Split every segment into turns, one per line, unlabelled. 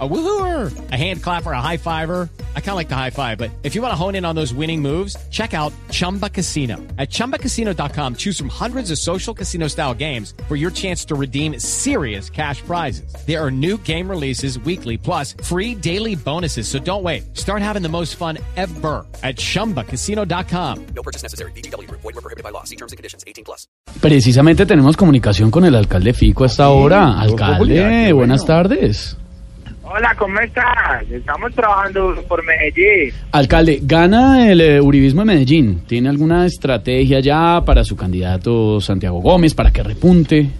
A woohooer, a hand clapper, a high fiver. I kind of like the high five, but if you want to hone in on those winning moves, check out Chumba Casino. At chumbacasino.com, choose from hundreds of social casino style games for your chance to redeem serious cash prizes. There are new game releases weekly, plus free daily bonuses. So don't wait. Start having the most fun ever at chumbacasino.com.
No purchase necessary. BGW. Void were prohibited by law. See terms and conditions. 18 plus.
Precisamente tenemos comunicación con el alcalde Fico hasta ahora. Alcalde, buenas tardes.
Hola, ¿cómo estás? Estamos trabajando por Medellín.
Alcalde, gana el eh, uribismo en Medellín. ¿Tiene alguna estrategia ya para su candidato Santiago Gómez, para que repunte?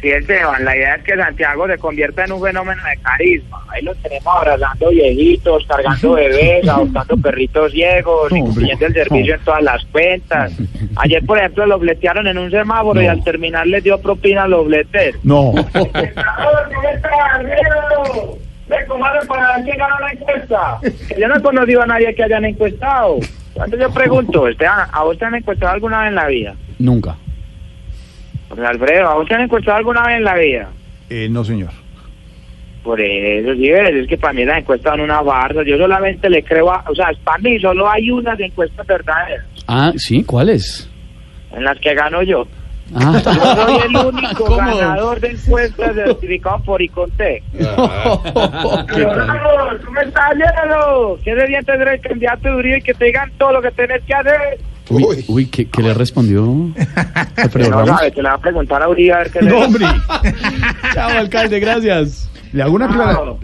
Sí, Esteban, la idea es que Santiago se convierta en un fenómeno de carisma. Ahí los tenemos abrazando viejitos, cargando bebés, adoptando perritos ciegos, incluyendo el servicio en todas las cuentas. Ayer, por ejemplo, lo bletearon en un semáforo y al terminar les dio propina a los bleteros.
No.
¿Cómo estás, Ven, comadre, ¿para qué ganó la encuesta? Yo no he conocido a nadie que hayan encuestado. Entonces yo pregunto, Esteban, ¿a vos te han encuestado alguna vez en la vida?
Nunca.
Jorge Alfredo, ¿a vos te han encuestado alguna vez en la vida?
Eh, no, señor.
Por eso, sí, ves, es que para mí las encuestas son una farsa. Yo solamente le creo a. O sea, para mí solo hay unas encuestas verdaderas
Ah, sí, ¿cuál es?
en las que gano yo.
Ah,
Yo soy el único
¿Cómo?
ganador de encuestas certificado por Icontec. ¿Cómo estás, Llévalo? ¿Qué debería tener el candidato de Uribe y que te digan todo lo que tenés que hacer?
uy, uy, ¿qué, qué le respondió? Alfredo
No
Ramos?
sabes, te la va a preguntar a Uribe a ver qué le
¡Hombre!
Chao, alcalde, gracias.
Le hago una aclara-
Chao.